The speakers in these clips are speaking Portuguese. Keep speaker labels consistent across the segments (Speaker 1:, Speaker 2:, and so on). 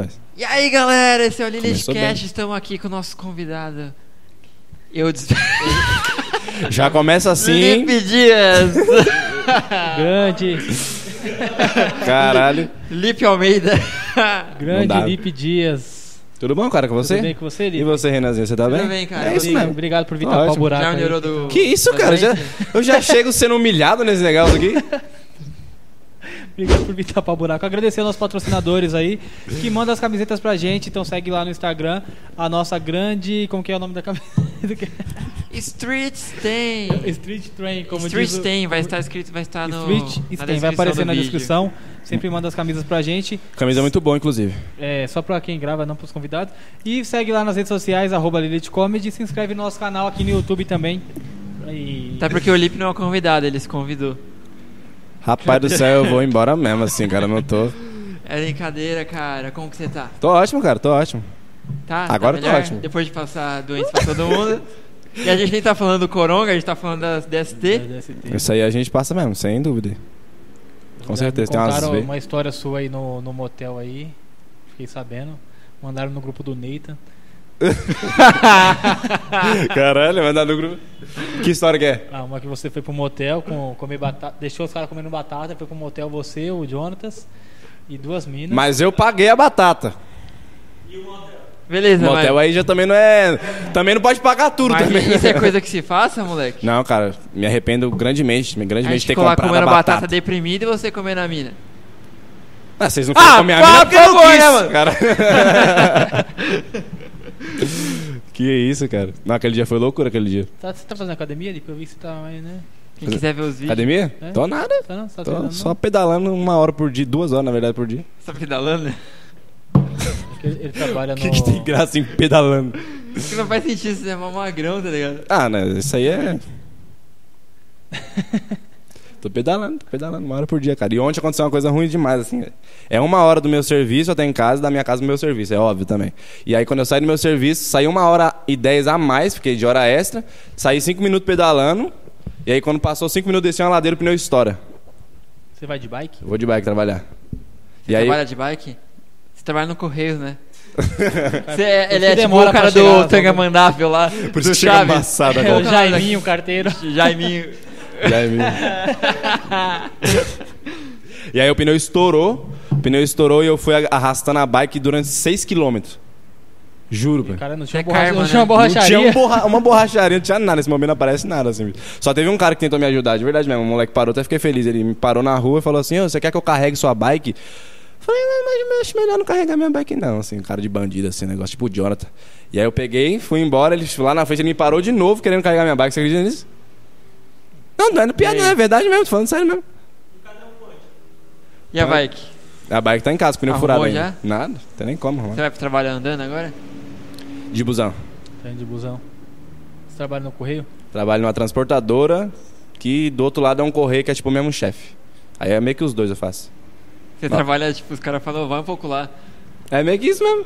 Speaker 1: Mas-
Speaker 2: E aí galera, esse é o
Speaker 1: Começou
Speaker 2: Lilithcast,
Speaker 1: bem.
Speaker 2: estamos aqui com o nosso convidado. Eu disse.
Speaker 1: Já começa assim,
Speaker 2: Lipe Dias!
Speaker 3: Grande,
Speaker 1: caralho.
Speaker 2: Lipe Almeida!
Speaker 1: Não
Speaker 3: grande
Speaker 1: dá.
Speaker 3: Lipe Dias.
Speaker 1: Tudo bom, cara, com você?
Speaker 3: Tudo bem com você,
Speaker 1: E
Speaker 3: Lipe?
Speaker 1: você, Renanzinho, você tá
Speaker 2: Tudo
Speaker 1: bem?
Speaker 2: bem, cara.
Speaker 1: É isso
Speaker 3: Obrigado,
Speaker 1: mesmo.
Speaker 3: obrigado por vir
Speaker 1: Tá
Speaker 3: tapar o
Speaker 1: ótimo.
Speaker 3: buraco.
Speaker 2: Já
Speaker 3: aí.
Speaker 2: melhorou do.
Speaker 1: Que isso,
Speaker 2: da
Speaker 1: cara? Já-
Speaker 2: frente?
Speaker 1: eu já chego sendo humilhado nesse negócio aqui.
Speaker 3: Obrigado por vir tapar o buraco. Agradecer aos nossos patrocinadores aí, que mandam as camisetas pra gente. Então segue lá no Instagram a nossa grande. Como que é o nome da camiseta?
Speaker 2: Streets tem!
Speaker 3: é? Street Train, como
Speaker 2: Streets
Speaker 3: diz o-
Speaker 2: tem, vai estar escrito, vai estar no.
Speaker 3: Street
Speaker 2: na
Speaker 3: Train, vai aparecer
Speaker 2: do
Speaker 3: na
Speaker 2: vídeo.
Speaker 3: descrição. Sempre manda as camisas pra gente.
Speaker 1: Camisa é muito boa, inclusive.
Speaker 3: É, só pra quem grava, não pros convidados. E segue lá nas redes sociais, arroba Lilith Comedy. Se inscreve no nosso canal aqui no YouTube também. E...
Speaker 2: Até porque o Lipe não é o convidado, ele se convidou.
Speaker 1: Rapaz do céu, eu vou embora mesmo, assim, cara. Não tô.
Speaker 2: É brincadeira, cara. Como que você tá?
Speaker 1: Tô ótimo, cara, tô ótimo.
Speaker 2: Tá?
Speaker 1: Agora
Speaker 2: tá
Speaker 1: tá
Speaker 2: melhor?
Speaker 1: ótimo.
Speaker 2: Depois de passar doente pra todo mundo. E a gente nem tá falando do Coronga, a gente tá falando das
Speaker 3: É,
Speaker 2: DST.
Speaker 1: Isso aí a gente passa mesmo, sem dúvida. Com certeza, tem umas.
Speaker 3: Contaram
Speaker 1: ve-
Speaker 3: uma história sua aí no, no motel aí. Fiquei sabendo. Mandaram no grupo do Neita.
Speaker 1: Caralho, mandar no grupo. Que história que é?
Speaker 3: Ah, uma que você foi pro motel com comer batata. Deixou os caras comendo batata, foi pro motel você, o Jonatas e duas minas.
Speaker 1: Mas eu paguei a batata.
Speaker 2: Beleza, mas-
Speaker 1: Motel aí já também não é. Também não pode pagar tudo
Speaker 2: Mas
Speaker 1: também. né?
Speaker 2: isso é coisa que se faça, moleque?
Speaker 1: Não, cara, me arrependo grandemente,
Speaker 2: A
Speaker 1: grandemente de
Speaker 2: gente
Speaker 1: ter
Speaker 2: ficou lá
Speaker 1: comprado
Speaker 2: comendo
Speaker 1: a
Speaker 2: batata.
Speaker 1: batata.
Speaker 2: deprimida e você comendo a mina.
Speaker 1: Ah, vocês não
Speaker 2: Ah,
Speaker 1: foram comer a mina
Speaker 2: claro
Speaker 1: porque eu
Speaker 2: que foi,
Speaker 1: quis,
Speaker 2: né, mano?
Speaker 1: cara. que isso, cara. Não, aquele dia foi loucura, aquele dia.
Speaker 3: Tá- você tá fazendo academia ali? Eu vi que você tá aí, né?
Speaker 2: Quem quiser ver os vídeos,
Speaker 1: Academia?
Speaker 3: É.
Speaker 1: Tô nada.
Speaker 3: Tá não? Você tá
Speaker 1: Tô
Speaker 3: treinando,
Speaker 1: só
Speaker 3: não?
Speaker 1: pedalando uma hora por dia, duas horas, na verdade, por dia.
Speaker 2: tá pedalando? né?
Speaker 3: Porque Ele, ele trabalha
Speaker 1: O
Speaker 3: no.
Speaker 1: que, que tem graça em pedalando?
Speaker 2: Que não faz sentido você é mó magrão, tá ligado?
Speaker 1: Ah, né, isso aí é... tô pedalando, tô pedalando uma hora por dia, cara. E ontem aconteceu uma coisa ruim demais, assim. É uma hora do meu serviço até em casa, da minha casa do meu serviço, é óbvio também. E aí quando eu saí do meu serviço, saí uma hora e dez a mais, fiquei de hora extra, saí cinco minutos pedalando, e aí quando passou cinco minutos, desci uma ladeira, o pneu estoura.
Speaker 3: Você vai de bike?
Speaker 1: Eu vou de bike trabalhar.
Speaker 2: Você
Speaker 1: e aí...
Speaker 2: trabalha de bike? Você trabalha no Correios, né? Você é- ele é
Speaker 3: Você
Speaker 2: tipo
Speaker 3: demora
Speaker 2: o cara
Speaker 3: pra chegar
Speaker 2: do
Speaker 3: lá,
Speaker 2: Tangamandável lá.
Speaker 1: Por isso que
Speaker 2: do
Speaker 1: chega
Speaker 2: Chaves.
Speaker 1: amassado
Speaker 2: É o
Speaker 1: agora.
Speaker 2: Jaiminho.
Speaker 3: Jaiminho, carteiro.
Speaker 2: Jaiminho.
Speaker 1: E aí, E aí o pneu estourou. O pneu estourou e eu fui arrastando a bike durante 6km. Juro, velho.
Speaker 3: Cara, não tinha,
Speaker 2: Isso é
Speaker 3: borracha,
Speaker 2: karma,
Speaker 3: não tinha
Speaker 2: né?
Speaker 1: Não
Speaker 3: uma borracharia.
Speaker 1: tinha um borra- uma borracharia, não tinha nada. Nesse momento não aparece nada, assim. Só teve um cara que tentou me ajudar, de verdade mesmo. O moleque parou, até fiquei feliz. Ele me parou na rua e falou assim, "Ô, você quer que eu carregue sua bike? Falei, "Não, mas eu acho melhor não carregar minha bike não, assim. Cara de bandido, assim, negócio tipo o Jonathan. E aí eu peguei, fui embora, ele lá na frente, ele me parou de novo querendo carregar minha bike. Você acredita nisso? Não, não é piada, não, é verdade mesmo, tô falando sério mesmo.
Speaker 2: E a bike?
Speaker 1: A bike tá em casa, com o pneu
Speaker 2: Arrumou
Speaker 1: furado
Speaker 2: já?
Speaker 1: ainda. Nada, não tem nem como
Speaker 2: Você
Speaker 1: arrumar.
Speaker 2: vai pro trabalho andando agora?
Speaker 1: De busão.
Speaker 3: Treino Tá de busão. Você trabalha no correio?
Speaker 1: Trabalho numa transportadora, que do outro lado é um correio que é tipo o mesmo chefe. Aí é meio que os dois eu faço.
Speaker 2: Você
Speaker 1: Não.
Speaker 2: trabalha, tipo, os caras falam, vai um pouco lá.
Speaker 1: É meio que isso mesmo.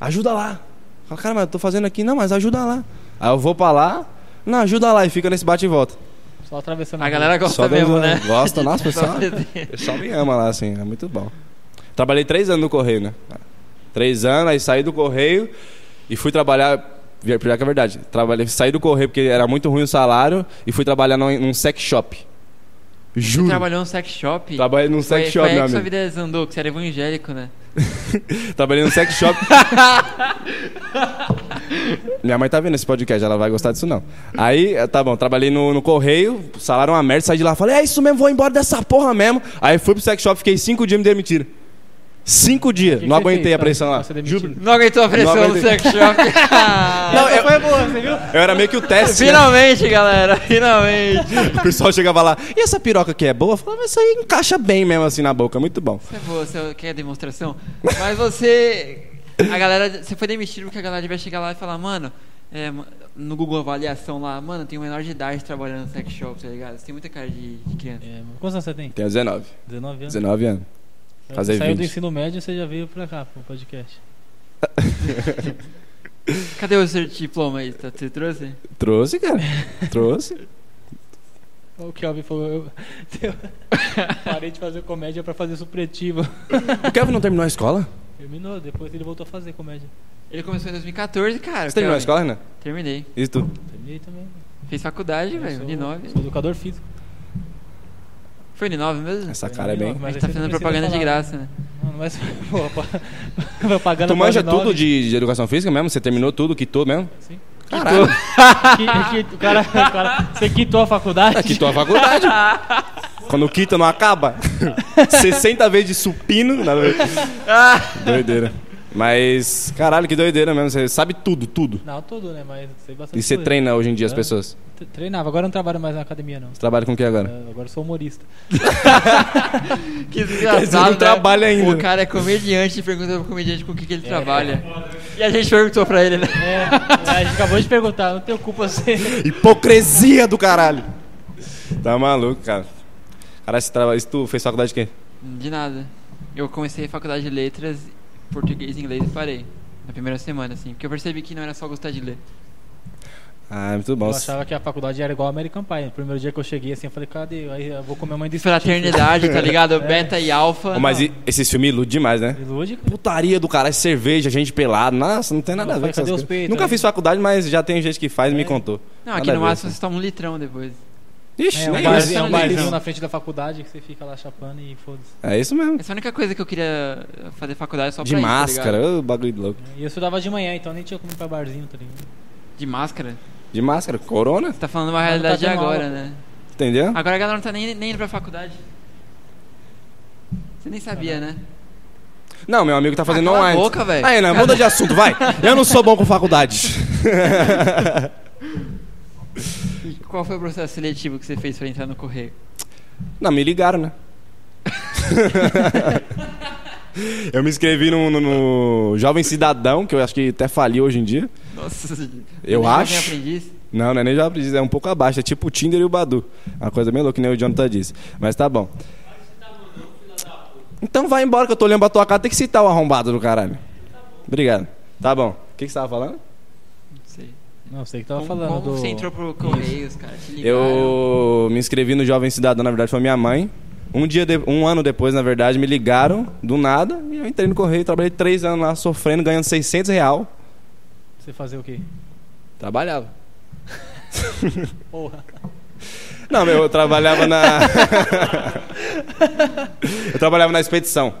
Speaker 1: Ajuda lá. Fala, cara, mas eu tô fazendo aqui, não, mas ajuda lá. Aí eu vou pra lá, não, ajuda lá e fica nesse bate e volta.
Speaker 3: Só atravessando
Speaker 2: A
Speaker 3: rua.
Speaker 2: galera gosta
Speaker 1: Só dando-
Speaker 2: mesmo, né?
Speaker 1: Gosta, nossa, o pessoal.
Speaker 2: Só-
Speaker 1: O pessoal me ama lá, assim, é muito bom. Trabalhei três anos no Correio, né? Três anos, aí saí do Correio e fui trabalhar. Pior que é verdade. Trabalhei, saí do Correio porque era muito ruim o salário e fui trabalhar num, num sex shop.
Speaker 2: Você
Speaker 1: Juro.
Speaker 2: trabalhou no sex shop?
Speaker 1: Trabalhei num
Speaker 2: Foi,
Speaker 1: sex
Speaker 2: foi
Speaker 1: shop,
Speaker 2: aí
Speaker 1: meu
Speaker 2: que sua
Speaker 1: amigo.
Speaker 2: vida desandou, que você era evangélico, né?
Speaker 1: Trabalhei num sex shop. Minha mãe tá vendo esse podcast, ela vai gostar disso não. Aí, tá bom, trabalhei no, no correio, salário uma merda, saí de lá, falei, é isso mesmo, vou embora dessa porra mesmo. Aí fui pro sex shop, fiquei cinco dias me demitiram. Cinco dias,
Speaker 3: que é
Speaker 1: não
Speaker 3: você
Speaker 1: aguentei
Speaker 3: fez
Speaker 1: a pressão
Speaker 3: pra-
Speaker 1: lá.
Speaker 3: pra ser demitido?
Speaker 1: Juro.
Speaker 2: Não aguentou a pressão
Speaker 1: Não
Speaker 2: no
Speaker 1: aguentei.
Speaker 2: sex shop.
Speaker 1: Não, eu,
Speaker 3: Foi boa, você viu?
Speaker 1: eu era meio que o teste. né?
Speaker 2: finalmente, galera, finalmente.
Speaker 1: O pessoal chegava lá, e essa piroca aqui é boa? Eu falava, isso aí encaixa bem mesmo assim na boca, muito bom.
Speaker 2: Você é boa, você quer demonstração? Mas você. A galera. Você foi demitido porque a galera vai chegar lá e falar, mano. é, ma- no Google Avaliação lá, mano, tem um menor de idade trabalhando no sex shop, tá ligado? Você tem muita cara de, de criança.
Speaker 3: É, mano. quantos anos você tem?
Speaker 1: Tenho 19,
Speaker 3: 19 anos.
Speaker 1: 19 anos.
Speaker 3: É, Você
Speaker 1: fazer
Speaker 3: Saiu
Speaker 1: 20.
Speaker 3: do ensino médio e você já veio pra cá, pro podcast.
Speaker 2: Cadê o seu diploma aí? Tá- Você trouxe?
Speaker 1: Trouxe, cara, trouxe.
Speaker 3: O Kelvin falou, eu eu parei de fazer comédia pra fazer supletivo.
Speaker 1: O Kevin não terminou a escola?
Speaker 3: Terminou, depois ele voltou a fazer comédia.
Speaker 2: Ele começou em 2014, cara.
Speaker 1: Você terminou a
Speaker 2: pior.
Speaker 1: escola, né?
Speaker 2: Terminei.
Speaker 1: Isso tu.
Speaker 3: Terminei também.
Speaker 2: Fiz faculdade,
Speaker 3: Eu
Speaker 2: velho,
Speaker 3: sou-
Speaker 2: de 9.
Speaker 3: Sou educador físico.
Speaker 2: Foi de 9 mesmo?
Speaker 1: Essa cara é bem.
Speaker 2: A
Speaker 3: Mas
Speaker 2: gente
Speaker 3: aí
Speaker 2: tá
Speaker 3: você
Speaker 2: fazendo
Speaker 3: não precisa
Speaker 2: propaganda de
Speaker 3: falar,
Speaker 2: graça, né?
Speaker 3: Não, mas, pô, pa- propaganda
Speaker 1: Tu manja
Speaker 3: quase nove,
Speaker 1: tudo de, de educação física mesmo? Você terminou tudo, quitou mesmo?
Speaker 3: Sim.
Speaker 1: Caralho,
Speaker 3: que- que- o cara, o cara- você quitou a faculdade?
Speaker 1: quitou a faculdade. Quando quita, não acaba. 60 vezes de supino. Nada a ver.
Speaker 2: né?
Speaker 1: doideira. Mas, caralho, que doideira mesmo. Você sabe tudo, tudo.
Speaker 3: Não, tudo, né? Mas sei bastante
Speaker 1: E você
Speaker 3: coisa.
Speaker 1: treina hoje em dia as
Speaker 3: É.
Speaker 1: pessoas?
Speaker 3: Tre- Treinava, agora eu não trabalho mais na academia, não.
Speaker 1: Você trabalha com o que agora?
Speaker 3: É, Agora eu sou humorista.
Speaker 2: Que
Speaker 1: dizer, não
Speaker 2: desgraçado. né?
Speaker 1: trabalha ainda.
Speaker 2: O cara é comediante e pergunta pro comediante com o que, que ele trabalha. E a gente perguntou pra ele, né?
Speaker 3: É, a gente acabou de perguntar, não tenho culpa você.
Speaker 1: Hipocrisia do caralho. Tá maluco, cara. Caralho, você trabalha... isso tu fez faculdade de quê?
Speaker 2: De nada. Eu comecei a faculdade de letras, português, inglês e parei. Na primeira semana, assim. Porque eu percebi que não era só gostar de ler.
Speaker 1: Ah, muito bom.
Speaker 3: Eu achava que a faculdade era igual a American Pie. No primeiro dia que eu cheguei assim, eu falei, cadê? Aí eu vou comer mãe de
Speaker 2: é Fraternidade, tá ligado? Beta e alfa.
Speaker 1: Ô, Mas e- esses filmes iludem demais, né?
Speaker 3: Ilude, cara.
Speaker 1: Putaria do caralho, cerveja, gente pelado. Nossa, não tem nada a ver
Speaker 3: Mas
Speaker 1: com essas
Speaker 3: cadê os
Speaker 1: coisas.
Speaker 3: peitos,
Speaker 1: Nunca
Speaker 3: né?
Speaker 1: fiz faculdade, mas já tem gente que faz e me contou.
Speaker 2: Não, aqui
Speaker 1: Nada
Speaker 2: no
Speaker 1: a ver,
Speaker 2: máximo
Speaker 1: assim.
Speaker 2: você toma um litrão depois.
Speaker 1: Ixi,
Speaker 3: É um,
Speaker 1: nem
Speaker 3: bar,
Speaker 1: isso.
Speaker 3: é um
Speaker 2: Não,
Speaker 3: barzinho
Speaker 2: não.
Speaker 3: na frente da faculdade que você fica lá chapando e foda-se.
Speaker 1: É isso mesmo.
Speaker 2: Essa é a única coisa que eu queria fazer faculdade só
Speaker 1: De
Speaker 2: pra isso, tá
Speaker 1: máscara,
Speaker 2: ligado?
Speaker 1: ô bagulho de louco.
Speaker 3: né? E eu estudava de manhã, então nem tinha como ir pra barzinho, tá ligado?
Speaker 2: De máscara?
Speaker 1: De máscara, corona,
Speaker 2: Você tá falando uma
Speaker 3: tá
Speaker 2: realidade de
Speaker 3: tendo aula,
Speaker 2: agora,
Speaker 3: pô.
Speaker 2: né?
Speaker 1: entendeu?
Speaker 2: Agora a galera não tá nem, nem indo pra faculdade. Você nem sabia, né?
Speaker 1: Não, meu amigo tá fazendo
Speaker 2: cala a
Speaker 1: online.
Speaker 2: boca, velho.
Speaker 1: Aí, não, muda de assunto, vai. Eu não sou bom com faculdade.
Speaker 2: Qual foi o processo seletivo que você fez pra entrar no correio?
Speaker 1: Não, me ligaram, né? eu me inscrevi no, no- no Jovem Cidadão, que eu acho que até faliu hoje em dia.
Speaker 2: Nossa,
Speaker 1: Eu
Speaker 2: jovem
Speaker 1: acho.
Speaker 2: Aprendiz?
Speaker 1: Não, não é nem Jovem Aprendiz, é um pouco abaixo. É tipo o Tinder e o Badu. Uma coisa meio louca, que nem o Jonathan disse. Mas tá bom. Então vai embora que eu tô olhando pra tua cara. Tem que citar o arrombado do caralho. Obrigado. Tá bom. O que, que você tava falando?
Speaker 2: Não sei.
Speaker 3: Não, sei que tava
Speaker 2: como
Speaker 3: falando
Speaker 2: como
Speaker 3: do...
Speaker 2: você entrou pro Correios, cara? Te ligaram?
Speaker 1: Eu me inscrevi no Jovem Cidadão, na verdade, foi minha mãe. Um, dia de- um ano depois, na verdade, me ligaram do nada e eu entrei no correio. Trabalhei três anos lá sofrendo, ganhando 600 real.
Speaker 3: Você fazer o quê?
Speaker 1: Trabalhava.
Speaker 3: Porra.
Speaker 1: Não, meu, eu trabalhava na. eu trabalhava na expedição.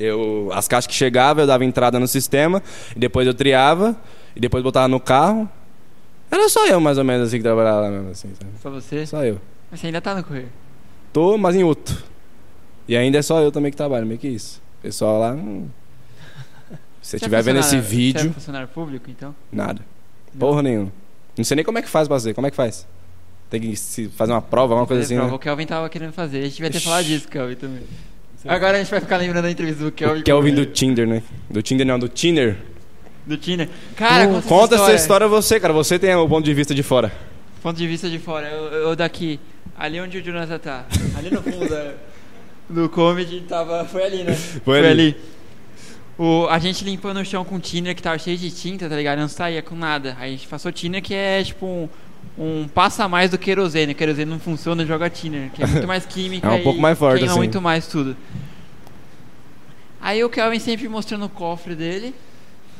Speaker 1: Eu, as caixas que chegavam, eu dava entrada no sistema, e depois eu triava, e depois botava no carro. Era só eu, mais ou menos, assim, que trabalhava lá mesmo, assim, sabe?
Speaker 2: Só você?
Speaker 1: Só eu.
Speaker 2: Mas você ainda tá no correio.
Speaker 1: Tô, mas em outro. E ainda é só eu também que trabalho, meio que isso. O pessoal lá. hum. Se você
Speaker 2: Você é
Speaker 1: estiver vendo esse
Speaker 2: funcionário- Você é
Speaker 1: vídeo,
Speaker 2: funcionário público, então?
Speaker 1: nada. Porra nenhuma. Não sei nem como é que faz pra fazer. Como é que faz? Tem que se fazer uma prova, alguma coisa assim.
Speaker 2: É, Prova,
Speaker 1: Né?
Speaker 2: O Kelvin tava querendo fazer. A gente devia ter
Speaker 1: Ixi.
Speaker 2: falado disso, Kelvin, também. Agora a gente vai ficar lembrando da entrevista do Kelvin.
Speaker 1: O Kelvin do Tinder, né? Do Tinder não, do Tinder.
Speaker 2: Do Tinder. Cara, conta,
Speaker 1: Conta
Speaker 2: essa
Speaker 1: essa história você, cara. Você tem o ponto de vista de fora.
Speaker 2: Ponto de vista de fora. Eu, eu daqui. Ali onde o Jonathan tá. Ali no fundo da- do comedy tava. Foi ali, né?
Speaker 1: Foi ali.
Speaker 2: O, a gente limpando o chão com thinner que tava cheio de tinta, tá ligado? Não saía com nada. Aí a gente passou thinner que é tipo um, um passo a mais do querosene. O querosene não funciona, joga thinner, que é muito mais química.
Speaker 1: É um
Speaker 2: e
Speaker 1: pouco mais forte,
Speaker 2: queima
Speaker 1: assim.
Speaker 2: muito mais tudo. Aí o Kelvin sempre mostrando o cofre dele.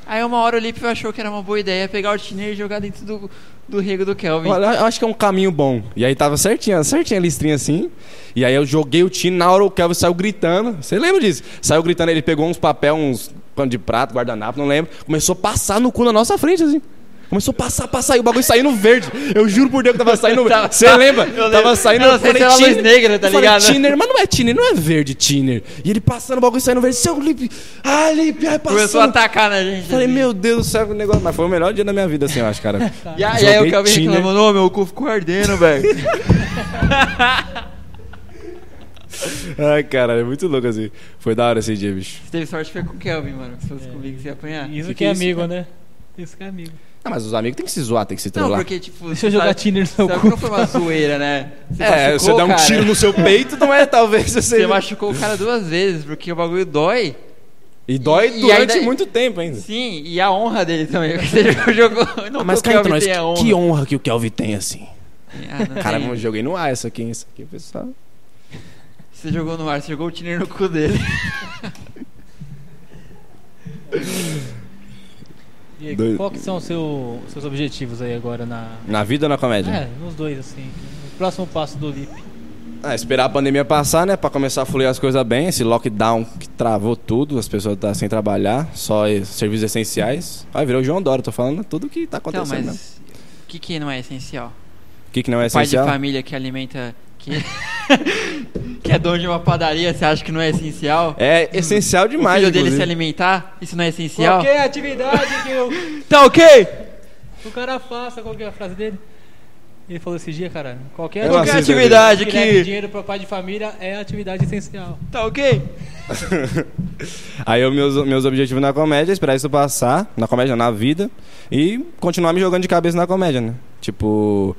Speaker 2: Aí uma hora o Lipe achou que era uma boa ideia pegar o thinner e jogar dentro do, do rego do Kelvin.
Speaker 1: Olha, eu acho que é um caminho bom. E aí tava certinho, certinho a listrinha assim. E aí eu joguei o time, na hora o Kelvin saiu gritando. Você lembra disso? Saiu gritando, ele pegou uns papel, uns pano de prato, guardanapo, não lembro. Começou a passar no cu na nossa frente, assim. Começou a passar, passar, e o bagulho saindo verde. Eu juro por Deus que tava saindo verde. Você lembra? Tava saindo
Speaker 2: Eu não sei
Speaker 1: eu falei,
Speaker 2: se era luz
Speaker 1: "Tiner".
Speaker 2: negra, tá
Speaker 1: Eu falei,
Speaker 2: ligado?
Speaker 1: "Tiner", mas não é Tiner, não é verde Tiner. E ele passando o bagulho saindo verde. Seu Lipe. Ah, Lipe, ai, passando.
Speaker 2: Começou a atacar na gente.
Speaker 1: Falei,
Speaker 2: assim.
Speaker 1: meu Deus do céu, que negócio. Mas foi o melhor dia da minha vida, assim, eu acho, cara.
Speaker 2: E aí, e aí
Speaker 1: Joguei
Speaker 2: o Kelvin
Speaker 1: Tinder.
Speaker 2: reclamando, ô, meu cu ficou ardendo, velho.
Speaker 1: Ai, cara, é muito louco assim. Foi da hora esse dia, bicho.
Speaker 2: Você teve sorte que foi com o Kelvin, mano. Se fosse
Speaker 3: É.
Speaker 2: comigo, você ia apanhar.
Speaker 3: Isso
Speaker 1: Que
Speaker 3: que,
Speaker 1: que
Speaker 3: é
Speaker 1: é isso,
Speaker 3: amigo,
Speaker 1: cara?
Speaker 3: né? Isso que é amigo.
Speaker 1: Ah, mas os amigos tem que se zoar, tem que se
Speaker 2: Não,
Speaker 1: trollar.
Speaker 2: porque, tipo...
Speaker 3: Deixa eu jogar Tinder no seu
Speaker 2: sabe
Speaker 3: cu.
Speaker 2: que não foi uma zoeira, né? Você
Speaker 1: É,
Speaker 2: machucou
Speaker 1: você
Speaker 2: o
Speaker 1: dá um
Speaker 2: cara.
Speaker 1: tiro no seu peito, não é talvez você...
Speaker 2: Você machucou o cara duas vezes, porque o bagulho dói.
Speaker 1: E dói
Speaker 2: E- e
Speaker 1: durante
Speaker 2: ainda- é-
Speaker 1: muito tempo ainda.
Speaker 2: Sim, e a honra dele também. Porque você jogou... Não
Speaker 1: mas
Speaker 2: que o
Speaker 1: cá entre
Speaker 2: Kelvin
Speaker 1: nós,
Speaker 2: tenha honra.
Speaker 1: que honra que o Kelvin tem, assim.
Speaker 2: Ah, não
Speaker 1: Cara,
Speaker 2: tem.
Speaker 1: eu joguei no ar isso aqui, isso aqui, pessoal.
Speaker 2: Você jogou no ar, você jogou o Tinder no cu dele.
Speaker 3: Diego,
Speaker 1: Dois-
Speaker 3: qual que são os seu- seus objetivos aí agora na.
Speaker 1: Na vida ou na comédia?
Speaker 3: É, nos dois, assim. O próximo passo do VIP.
Speaker 1: Ah, esperar a pandemia passar, né? Pra começar a fluir as coisas bem. Esse lockdown que travou tudo, as pessoas estão sem trabalhar, só es- serviços essenciais. Ah, virou João Dória, tô falando tudo que tá
Speaker 2: Então,
Speaker 1: acontecendo. né?
Speaker 2: mas o que, que não é essencial?
Speaker 1: O que, que não é
Speaker 2: Pai de
Speaker 1: essencial?
Speaker 2: família que alimenta. Que, que é dono de uma padaria, você acha que não é essencial?
Speaker 1: É essencial
Speaker 2: o
Speaker 1: demais,
Speaker 2: filho dele se
Speaker 1: inclusive.
Speaker 2: alimentar, isso não é essencial?
Speaker 3: Qualquer atividade que o,
Speaker 2: Tá
Speaker 1: É
Speaker 2: ok?
Speaker 3: o cara faça, qual que é a frase dele? Ele falou esse dia, cara. Qualquer
Speaker 1: Eu
Speaker 3: atividade
Speaker 2: Qualquer
Speaker 1: assisto ele. é
Speaker 2: atividade
Speaker 3: que leve
Speaker 2: que.
Speaker 3: dinheiro para pai de família é atividade essencial.
Speaker 2: Tá ok?
Speaker 1: Aí os meus, meus objetivos na comédia é esperar isso passar, na comédia, na vida, e continuar me jogando de cabeça na comédia, né? Tipo.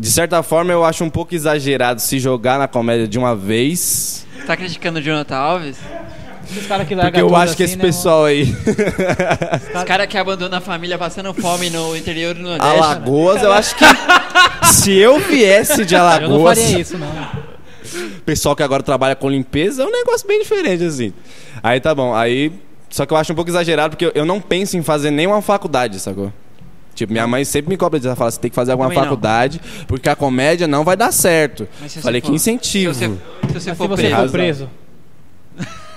Speaker 1: De certa forma, eu acho um pouco exagerado se jogar na comédia de uma vez.
Speaker 2: Tá criticando o Jonathan Alves?
Speaker 1: Tá.
Speaker 3: Esses caras que largam
Speaker 1: Porque eu
Speaker 3: tudo
Speaker 1: acho que
Speaker 3: assim,
Speaker 1: esse
Speaker 3: né,
Speaker 1: pessoal aí.
Speaker 2: Os cara que abandona a família passando fome no interior do Nordeste.
Speaker 1: Alagoas, eu acho que. Se eu viesse de
Speaker 3: mano? Eu não
Speaker 1: Alagoas,
Speaker 3: faria isso, não.
Speaker 1: o pessoal que agora trabalha com limpeza é um negócio bem diferente, assim. Aí tá bom, aí. Só que eu acho um pouco exagerado, porque eu- eu não penso em fazer nenhuma faculdade, sacou? Tipo, minha mãe sempre me cobra disso. Ela fala, você tem que fazer alguma
Speaker 2: Também não.
Speaker 1: faculdade, porque a comédia não vai dar certo.
Speaker 2: Mas se você
Speaker 1: Falei,
Speaker 2: for-
Speaker 1: que incentivo. Assim
Speaker 2: Se você, se você
Speaker 3: Mas
Speaker 2: for
Speaker 3: se você
Speaker 2: preso,
Speaker 3: for
Speaker 1: razão.
Speaker 3: preso.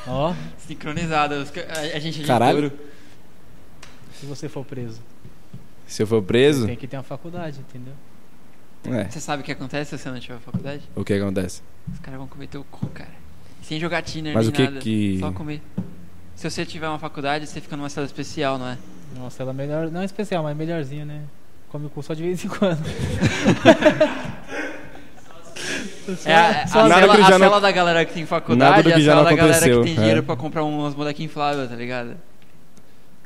Speaker 3: Ó,
Speaker 2: sincronizado, os ca- a, a gente é de
Speaker 1: Caralho.
Speaker 2: couro.
Speaker 3: se você for preso,
Speaker 1: Se eu for preso,
Speaker 3: tem que ter uma faculdade, entendeu?
Speaker 1: é,
Speaker 2: Você sabe o que acontece se você não tiver faculdade?
Speaker 1: o que acontece?
Speaker 2: Os caras vão comer teu cu, cara. Sem jogar Tinder
Speaker 1: Mas
Speaker 2: nem
Speaker 1: o que
Speaker 2: nada.
Speaker 1: que-
Speaker 2: Só comer. Se você tiver uma faculdade, você fica numa sala especial, não é?
Speaker 3: Nossa, ela é melhor, não é especial, mas melhorzinho, né? Come o cu só de vez em quando. Só-
Speaker 2: É a, a
Speaker 3: só-
Speaker 1: Nada
Speaker 2: cela,
Speaker 1: que
Speaker 2: a
Speaker 1: já não-
Speaker 2: cela da galera que tem faculdade
Speaker 1: Nada do
Speaker 2: é a
Speaker 1: que já
Speaker 2: cela
Speaker 1: não
Speaker 2: da galera que
Speaker 1: aconteceu,
Speaker 2: tem
Speaker 1: é.
Speaker 2: dinheiro pra comprar um, umas molequinhas infláveis, tá ligado?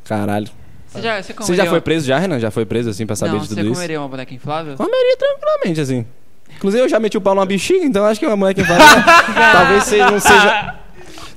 Speaker 1: Caralho.
Speaker 2: Você já, você
Speaker 1: Você já
Speaker 2: comeria
Speaker 1: foi
Speaker 2: uma-
Speaker 1: preso já, Renan? Já foi preso, assim, pra saber
Speaker 2: não,
Speaker 1: de
Speaker 2: você
Speaker 1: tudo isso?
Speaker 2: comeria uma boneca inflável?
Speaker 1: Comeria tranquilamente, assim. Inclusive, eu já meti o pau numa bexiga, então acho que é uma mulher que fala. Talvez seja, não, seja,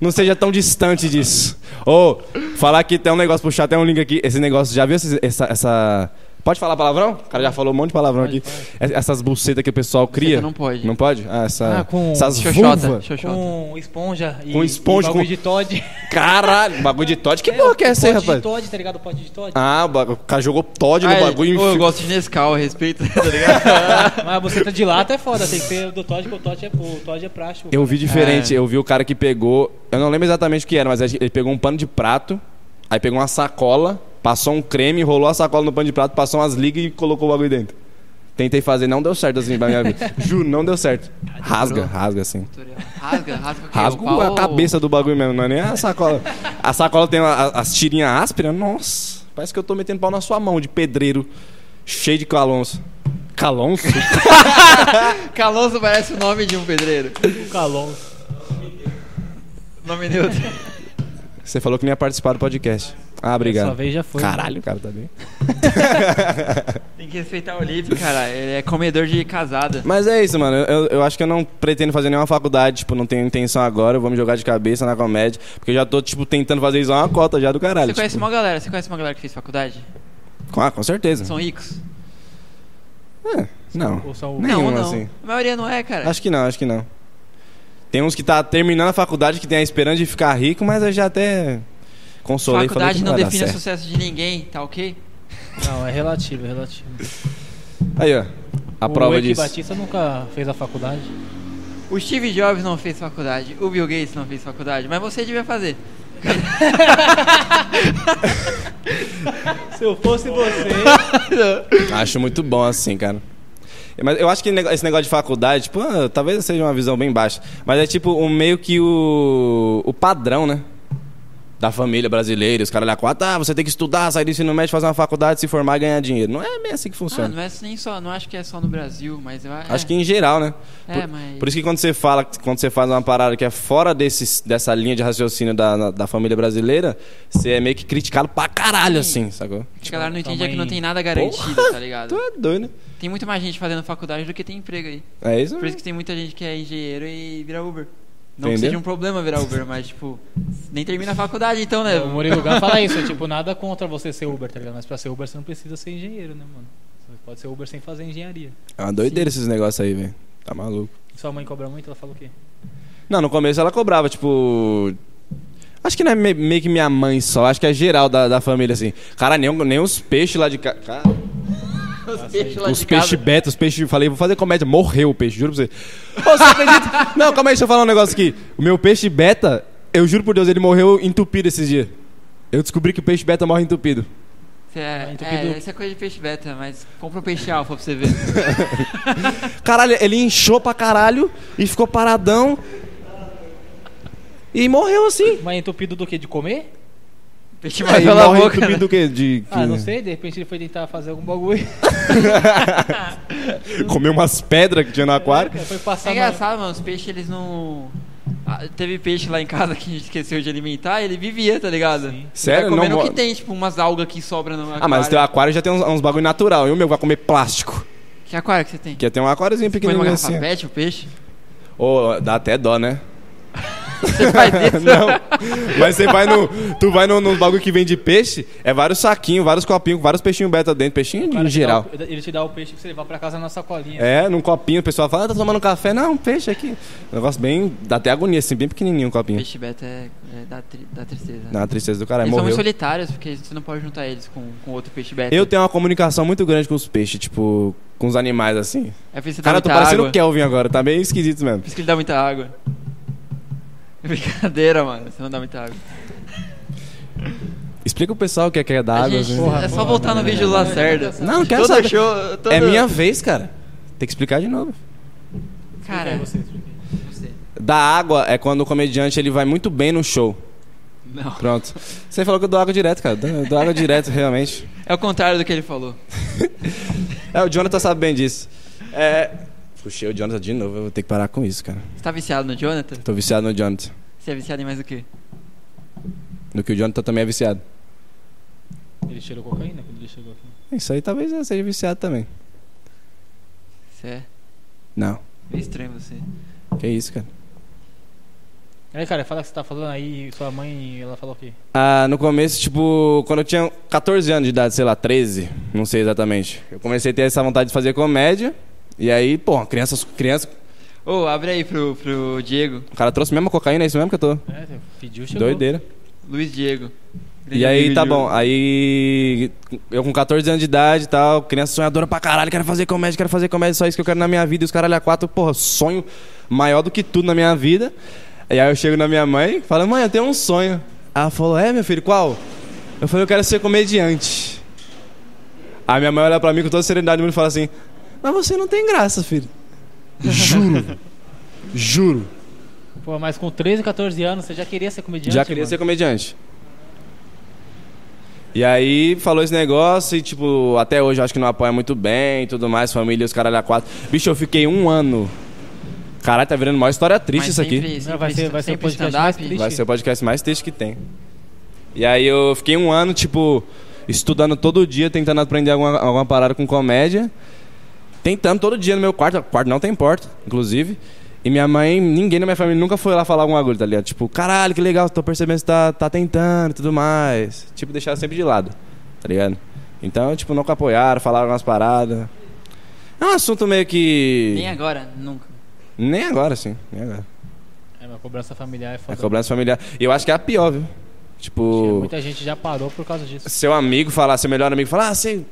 Speaker 1: não seja tão distante disso. Ou, falar que tem um negócio, puxar até um link aqui. Esse negócio, já viu esses- essa. essa- Pode falar palavrão? O cara já falou um monte de palavrão
Speaker 3: Pode,
Speaker 1: aqui. Es- Essas bucetas que o pessoal cria.
Speaker 2: Você não pode.
Speaker 1: Não pode? Ah, essa,
Speaker 3: Ah, com
Speaker 1: essas
Speaker 2: Xoxota,
Speaker 1: vulva. Um
Speaker 2: xoxota.
Speaker 3: Com esponja e
Speaker 1: Com esponja,
Speaker 3: e bagulho
Speaker 1: com-
Speaker 3: de Todd.
Speaker 1: Caralho, bagulho de Todd. Que porra que é
Speaker 3: o
Speaker 1: essa, aí,
Speaker 3: pote de
Speaker 1: rapaz?
Speaker 3: Todd, tá ligado? O pote de Todd.
Speaker 1: Ah, o bagulho- o cara jogou Todd no
Speaker 2: Ah,
Speaker 1: bagulho e
Speaker 2: eu, eu
Speaker 1: enfiou-
Speaker 2: gosto de Nescau, respeito. tá
Speaker 3: Mas a buceta de lata é foda, tem que ser do Todd, porque o Todd é, o Todd é prático.
Speaker 1: Eu vi diferente,
Speaker 2: É.
Speaker 1: eu vi o cara que pegou. Eu não lembro exatamente o que era, mas ele pegou um pano de prato, aí pegou uma sacola, passou um creme, enrolou a sacola no pano de prato, passou umas ligas e colocou o bagulho dentro. Tentei fazer, não deu certo assim pra minha vida. Juro, não deu certo. Rasga, rasga assim.
Speaker 2: rasga, rasga o quê?
Speaker 1: Rasga
Speaker 2: O pau
Speaker 1: a
Speaker 2: ou-
Speaker 1: cabeça do bagulho mesmo, não é nem a sacola. A sacola tem a- a- as tirinhas ásperas, nossa. Parece que eu tô metendo pau na sua mão de pedreiro, cheio de calonço. Calonço?
Speaker 2: Calonso parece o nome de um pedreiro.
Speaker 3: O calor.
Speaker 2: Nome neutro.
Speaker 1: Você falou que não ia participar do podcast. Ah,
Speaker 3: Sua
Speaker 1: obrigado.
Speaker 3: vez já foi.
Speaker 1: Caralho, o cara tá bem.
Speaker 2: Tem que respeitar o Lito, cara. Ele é comedor de casada.
Speaker 1: Mas é isso, mano. Eu, eu acho que eu não pretendo fazer nenhuma faculdade, tipo, não tenho intenção agora, eu vou me jogar de cabeça na comédia, porque eu já tô, tipo, tentando fazer isso há uma cota já do caralho.
Speaker 2: Você conhece
Speaker 1: tipo.
Speaker 2: uma galera? Você conhece uma galera que fez faculdade?
Speaker 1: Ah, com certeza.
Speaker 2: São ricos?
Speaker 1: É, não.
Speaker 3: Ou só um- o...
Speaker 1: Não. Nenhuma,
Speaker 2: não, não.
Speaker 1: assim.
Speaker 2: A maioria não é, cara.
Speaker 1: Acho que não, acho que não. Tem uns que tá terminando a faculdade que tem a esperança de ficar rico, mas eu já até consolei e falei que
Speaker 2: faculdade
Speaker 1: não,
Speaker 2: não
Speaker 1: vai dar
Speaker 2: define o
Speaker 1: certo.
Speaker 2: sucesso de ninguém, tá ok?
Speaker 3: Não, é relativo, é relativo.
Speaker 1: Aí, ó. A
Speaker 3: o
Speaker 1: prova
Speaker 3: Eike
Speaker 1: disso.
Speaker 3: Batista nunca fez a faculdade.
Speaker 2: O Steve Jobs não fez faculdade, o Bill Gates não fez faculdade, mas você devia fazer.
Speaker 3: Se eu fosse você...
Speaker 1: Acho muito bom assim, cara. Mas eu acho que nego- esse negócio de faculdade, tipo, ah, talvez seja uma visão bem baixa. Mas é tipo um meio que o, o padrão, né? Da família brasileira, os caras lá quatro, ah, você tem que estudar, sair do ensino médio, fazer uma faculdade, se formar e ganhar dinheiro. Não é bem assim que
Speaker 2: Ah,
Speaker 1: funciona.
Speaker 2: não é nem só, não acho que é só no Brasil, mas eu
Speaker 1: Acho que em geral, né?
Speaker 2: Ah, É,
Speaker 1: por,
Speaker 2: mas-
Speaker 1: por isso que quando você fala, quando você faz uma parada que é fora desses, dessa linha de raciocínio da, na- da família brasileira, você é meio que criticado pra caralho,
Speaker 2: Sim.
Speaker 1: assim, sacou?
Speaker 2: a galera não
Speaker 3: Tua
Speaker 2: entende é que
Speaker 3: mãe-
Speaker 2: não tem nada garantido, tá ligado?
Speaker 1: Tu é doido, né?
Speaker 2: Tem muito mais gente fazendo faculdade do que tem emprego aí.
Speaker 1: É isso?
Speaker 2: Por isso que tem muita gente que é engenheiro e vira Uber. Não que
Speaker 1: Entendeu?
Speaker 2: seja um problema virar Uber, mas tipo, nem termina a faculdade então, né?
Speaker 3: é, O Murilo Gá fala isso, tipo, nada contra você ser Uber, tá ligado? Mas pra ser Uber você não precisa ser engenheiro, né, mano? Você pode ser Uber sem fazer engenharia.
Speaker 1: É uma doideira esses negócios aí, velho. Tá maluco.
Speaker 3: Sua mãe cobra muito, ela fala o quê?
Speaker 1: Não, no começo ela cobrava, tipo. Acho que não é me- meio que minha mãe só, acho que é geral da, da família, assim. Cara, nem, nem os peixes lá de casa.
Speaker 2: Os peixes lá
Speaker 1: Os
Speaker 2: de
Speaker 1: peixes
Speaker 2: casa.
Speaker 1: beta, os peixes. Falei, vou fazer comédia. Morreu o peixe, juro pra você. Ô, você acredita? Não, calma aí, deixa eu falar um negócio aqui. O meu peixe beta, eu juro por Deus, ele morreu entupido esses dias. Eu descobri que o peixe beta morre entupido.
Speaker 2: Cê É,
Speaker 3: entupido.
Speaker 2: é, isso é coisa de peixe beta, mas compra um peixe alfa pra você ver.
Speaker 1: Caralho, ele inchou pra caralho e ficou paradão. E morreu assim.
Speaker 3: Mas é entupido do que? De comer?
Speaker 2: Peixe
Speaker 1: Aí
Speaker 2: mais pela
Speaker 1: morre
Speaker 2: boca.
Speaker 1: entupido
Speaker 2: né?
Speaker 1: o quê? De,
Speaker 3: Ah, não
Speaker 1: que-
Speaker 3: sei, de repente ele foi tentar fazer algum bagulho.
Speaker 1: Comeu umas pedras que tinha no aquário.
Speaker 3: Foi
Speaker 2: É
Speaker 3: passar na...
Speaker 2: engraçado, mano, os peixes eles não. Ah, teve peixe lá em casa que a gente esqueceu de alimentar e ele vivia, tá ligado? Ele
Speaker 1: Sério?
Speaker 2: Vai comendo
Speaker 1: Não
Speaker 2: o que
Speaker 1: mo-
Speaker 2: tem, tipo, umas algas que sobram no aquário.
Speaker 1: Ah, mas o teu aquário já tem uns, uns bagulho natural. E o meu vai comer plástico.
Speaker 2: Que aquário que você tem?
Speaker 1: Que ia ter um aquáriozinho
Speaker 2: Põe uma
Speaker 1: pequenininho
Speaker 2: garrafa
Speaker 1: assim.
Speaker 2: pet, o peixe?
Speaker 1: Ô, dá até dó, né?
Speaker 2: Você faz isso?
Speaker 1: Não, mas você vai no. Tu vai no- nos bagulho que vende peixe, é vários saquinhos, vários copinhos, vários peixinhos beta dentro, peixinho
Speaker 3: O cara
Speaker 1: em
Speaker 3: te
Speaker 1: geral.
Speaker 3: dá o- Ele te dá o peixe pra você levar pra casa na sacolinha.
Speaker 1: É, num copinho, o pessoal fala, ah, tá tomando café? Não, peixe aqui. Negócio bem. Dá até agonia, assim, bem pequenininho o copinho.
Speaker 2: Peixe beta é, é da, tri- da tristeza.
Speaker 1: Na tristeza do cara,
Speaker 2: eles são muito
Speaker 1: morreu.
Speaker 2: solitários, porque você não pode juntar eles com, com outro peixe beta.
Speaker 1: Eu tenho uma comunicação muito grande com os peixes, tipo, com os animais assim.
Speaker 2: É por isso que dá
Speaker 1: Cara, eu tô
Speaker 2: muita
Speaker 1: parecendo o
Speaker 2: água. Por
Speaker 1: Kelvin agora, tá bem esquisito mesmo.
Speaker 2: isso que ele dá muita água. É Brincadeira, mano. Você não dá muita água.
Speaker 1: Explica o pessoal o que é que é da
Speaker 2: A
Speaker 1: água.
Speaker 2: gente-
Speaker 1: assim.
Speaker 2: é só voltar no vídeo do Lacerda.
Speaker 1: Não, não quero
Speaker 2: Todo
Speaker 1: saber.
Speaker 2: show, todo...
Speaker 1: É minha vez, cara. Tem que explicar de novo. É.
Speaker 2: Cara,
Speaker 3: Aí você explica.
Speaker 2: você.
Speaker 1: Da água é quando o comediante ele vai muito bem no show.
Speaker 2: Não.
Speaker 1: Pronto. Você falou que eu dou água direto, cara. Eu dou água direto, realmente.
Speaker 2: É o contrário do que ele falou.
Speaker 1: É, o Jonathan sabe bem disso. É. Puxei o Jonathan de novo, eu vou ter que parar com isso, cara.
Speaker 2: Você tá viciado no Jonathan?
Speaker 1: Tô viciado no Jonathan.
Speaker 2: Você é viciado em mais o quê?
Speaker 1: No que o Jonathan também é viciado.
Speaker 3: Ele cheirou cocaína quando ele chegou aqui.
Speaker 1: É Isso aí talvez eu seja viciado também.
Speaker 2: Você é
Speaker 1: Não.
Speaker 2: meio extremo, você.
Speaker 1: Que isso, cara.
Speaker 3: Aí, cara, fala o que você tá falando aí, sua mãe, ela falou o quê?
Speaker 1: Ah, no começo, tipo, quando eu tinha 14 anos de idade, sei lá, 13, não sei exatamente. Eu comecei a ter essa vontade de fazer comédia. E aí, pô, crianças, criança.
Speaker 2: Ô, abre aí pro, pro Diego.
Speaker 1: O cara trouxe mesmo a cocaína, é isso mesmo que eu tô.
Speaker 3: É, você pediu, chegou.
Speaker 1: Doideira.
Speaker 2: Luiz Diego.
Speaker 1: E aí, tá bom. Aí, eu com 14 anos de idade e tal, criança sonhadora pra caralho, quero fazer comédia, quero fazer comédia, só isso que eu quero na minha vida. E os caralho a quatro, porra, sonho maior do que tudo na minha vida. E aí eu chego na minha mãe e falo, mãe, eu tenho um sonho. Ela falou, é, meu filho, qual? Eu falei, eu quero ser comediante. Aí minha mãe olha pra mim com toda a serenidade do mundo e fala assim, mas você não tem graça, filho. Juro. Juro.
Speaker 3: Pô, mas com 13, 14 anos, você já queria ser comediante?
Speaker 1: Já queria
Speaker 3: mano?
Speaker 1: ser comediante. E aí falou esse negócio e, tipo, até hoje eu acho que não apoia muito bem e tudo mais, família, os caralho a quatro. Bicho, eu fiquei um ano. Caralho, tá virando maior história triste isso aqui.
Speaker 3: Não, vai ser- vai ser o podcast mais triste.
Speaker 1: Vai ser o podcast mais triste que tem. E aí eu fiquei um ano, tipo, estudando todo dia, tentando aprender alguma, alguma parada com comédia. Tentando todo dia no meu quarto. O quarto não tem porta, inclusive. E minha mãe, ninguém na minha família nunca foi lá falar alguma coisa, tá ligado? Tipo, caralho, que legal, tô percebendo que você tá, tá tentando e tudo mais. Tipo, deixaram sempre de lado, tá ligado? Então, tipo, nunca apoiaram, falaram algumas paradas. É um assunto meio que.
Speaker 2: Nem agora, nunca.
Speaker 1: Nem agora, sim. Nem agora.
Speaker 3: É, mas cobrança familiar é
Speaker 1: É
Speaker 3: foda.
Speaker 1: cobrança familiar. E eu acho que é a pior, viu? Tipo.
Speaker 3: Muita gente já parou por causa disso.
Speaker 1: seu amigo falar, seu melhor amigo falar, ah, você.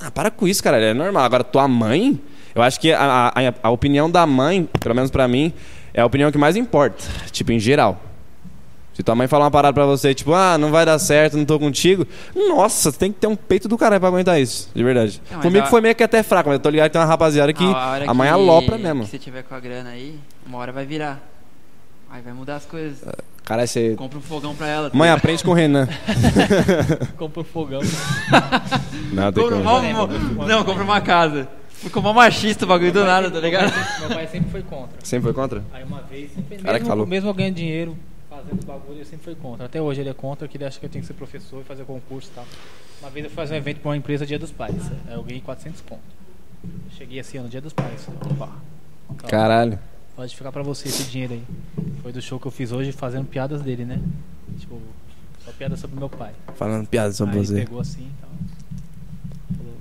Speaker 1: Ah, para com isso, cara, é normal. Agora, tua mãe, eu acho que a, a, a opinião da mãe, pelo menos pra mim, é a opinião que mais importa, tipo, em geral. Se tua mãe falar uma parada pra você, tipo, ah, não vai dar certo, não tô contigo. Nossa, tem que ter um peito do caralho pra aguentar isso, de verdade.
Speaker 2: Não, mas
Speaker 1: Comigo
Speaker 2: a-
Speaker 1: foi meio que até fraco, mas eu tô ligado que tem uma rapaziada É que
Speaker 2: hora
Speaker 1: a, mãe
Speaker 2: que-
Speaker 1: alopra mesmo.
Speaker 2: Que você tiver com a grana aí, uma hora vai virar. Aí vai mudar as coisas.
Speaker 1: Cara, você.
Speaker 2: Compra um fogão pra ela.
Speaker 1: Mãe, aprende com o Renan.
Speaker 3: Compra um fogão.
Speaker 1: Não, tem
Speaker 2: compra
Speaker 1: como. né?
Speaker 2: uma, não, compra uma casa. Ficou mó machista o bagulho do nada, tá ligado?
Speaker 3: Meu pai sempre foi contra.
Speaker 1: Sempre foi contra?
Speaker 3: Aí uma vez, sempre,
Speaker 1: Cara que
Speaker 3: mesmo,
Speaker 1: falou.
Speaker 3: mesmo eu ganhando dinheiro, fazendo bagulho, ele sempre foi contra. Até hoje ele é contra, que ele acha que eu tenho que ser professor e fazer concurso e tal. Uma vez eu fui fazer um evento pra uma empresa Dia dos Pais. Aí Eu ganhei 400 conto. Cheguei assim, ó, no Dia dos Pais. Opa,
Speaker 1: Caralho.
Speaker 3: pode ficar pra você esse dinheiro aí. Foi do show que eu fiz hoje fazendo piadas dele, né? Tipo, só piada sobre meu pai.
Speaker 1: Falando piada sobre
Speaker 3: aí
Speaker 1: você.
Speaker 3: pegou assim e tal. Falou,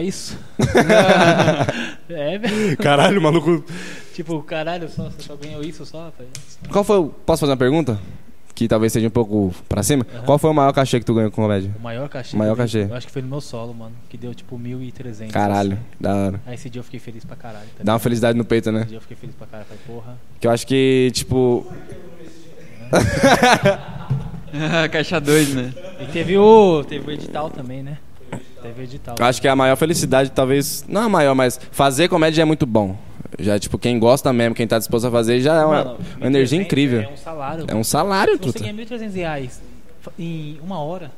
Speaker 3: isso? é, velho.
Speaker 1: Caralho, maluco.
Speaker 3: Tipo, caralho, só, você só ganhou isso só, rapaz?
Speaker 1: Qual foi o. Posso fazer uma pergunta? que talvez seja um pouco pra cima. Qual foi o maior cachê que tu ganhou com comédia?
Speaker 3: O maior cachê.
Speaker 1: O maior
Speaker 3: que eu dei,
Speaker 1: cachê.
Speaker 3: Eu acho que foi no meu solo, mano. Que deu tipo 1.300.
Speaker 1: Caralho, da hora.
Speaker 3: Aí esse dia eu fiquei feliz pra caralho. Tá
Speaker 1: Dá uma
Speaker 3: ligado?
Speaker 1: felicidade no peito, né?
Speaker 3: Esse dia eu fiquei feliz pra caralho. Falei, porra.
Speaker 1: Que eu acho que, tipo.
Speaker 2: Caixa 2, né?
Speaker 3: E teve o. Teve o edital também, né? Teve o edital.
Speaker 1: eu Acho que a maior felicidade, talvez. Não a maior, mas fazer comédia é muito bom. Já, tipo, quem gosta mesmo, quem tá disposto a fazer, já é uma,
Speaker 3: Mano,
Speaker 1: uma energia
Speaker 3: 1.300
Speaker 1: incrível.
Speaker 3: É um salário.
Speaker 1: É um salário,
Speaker 3: Se você
Speaker 1: truta.
Speaker 3: ganha 1.300 reais fa- em uma hora,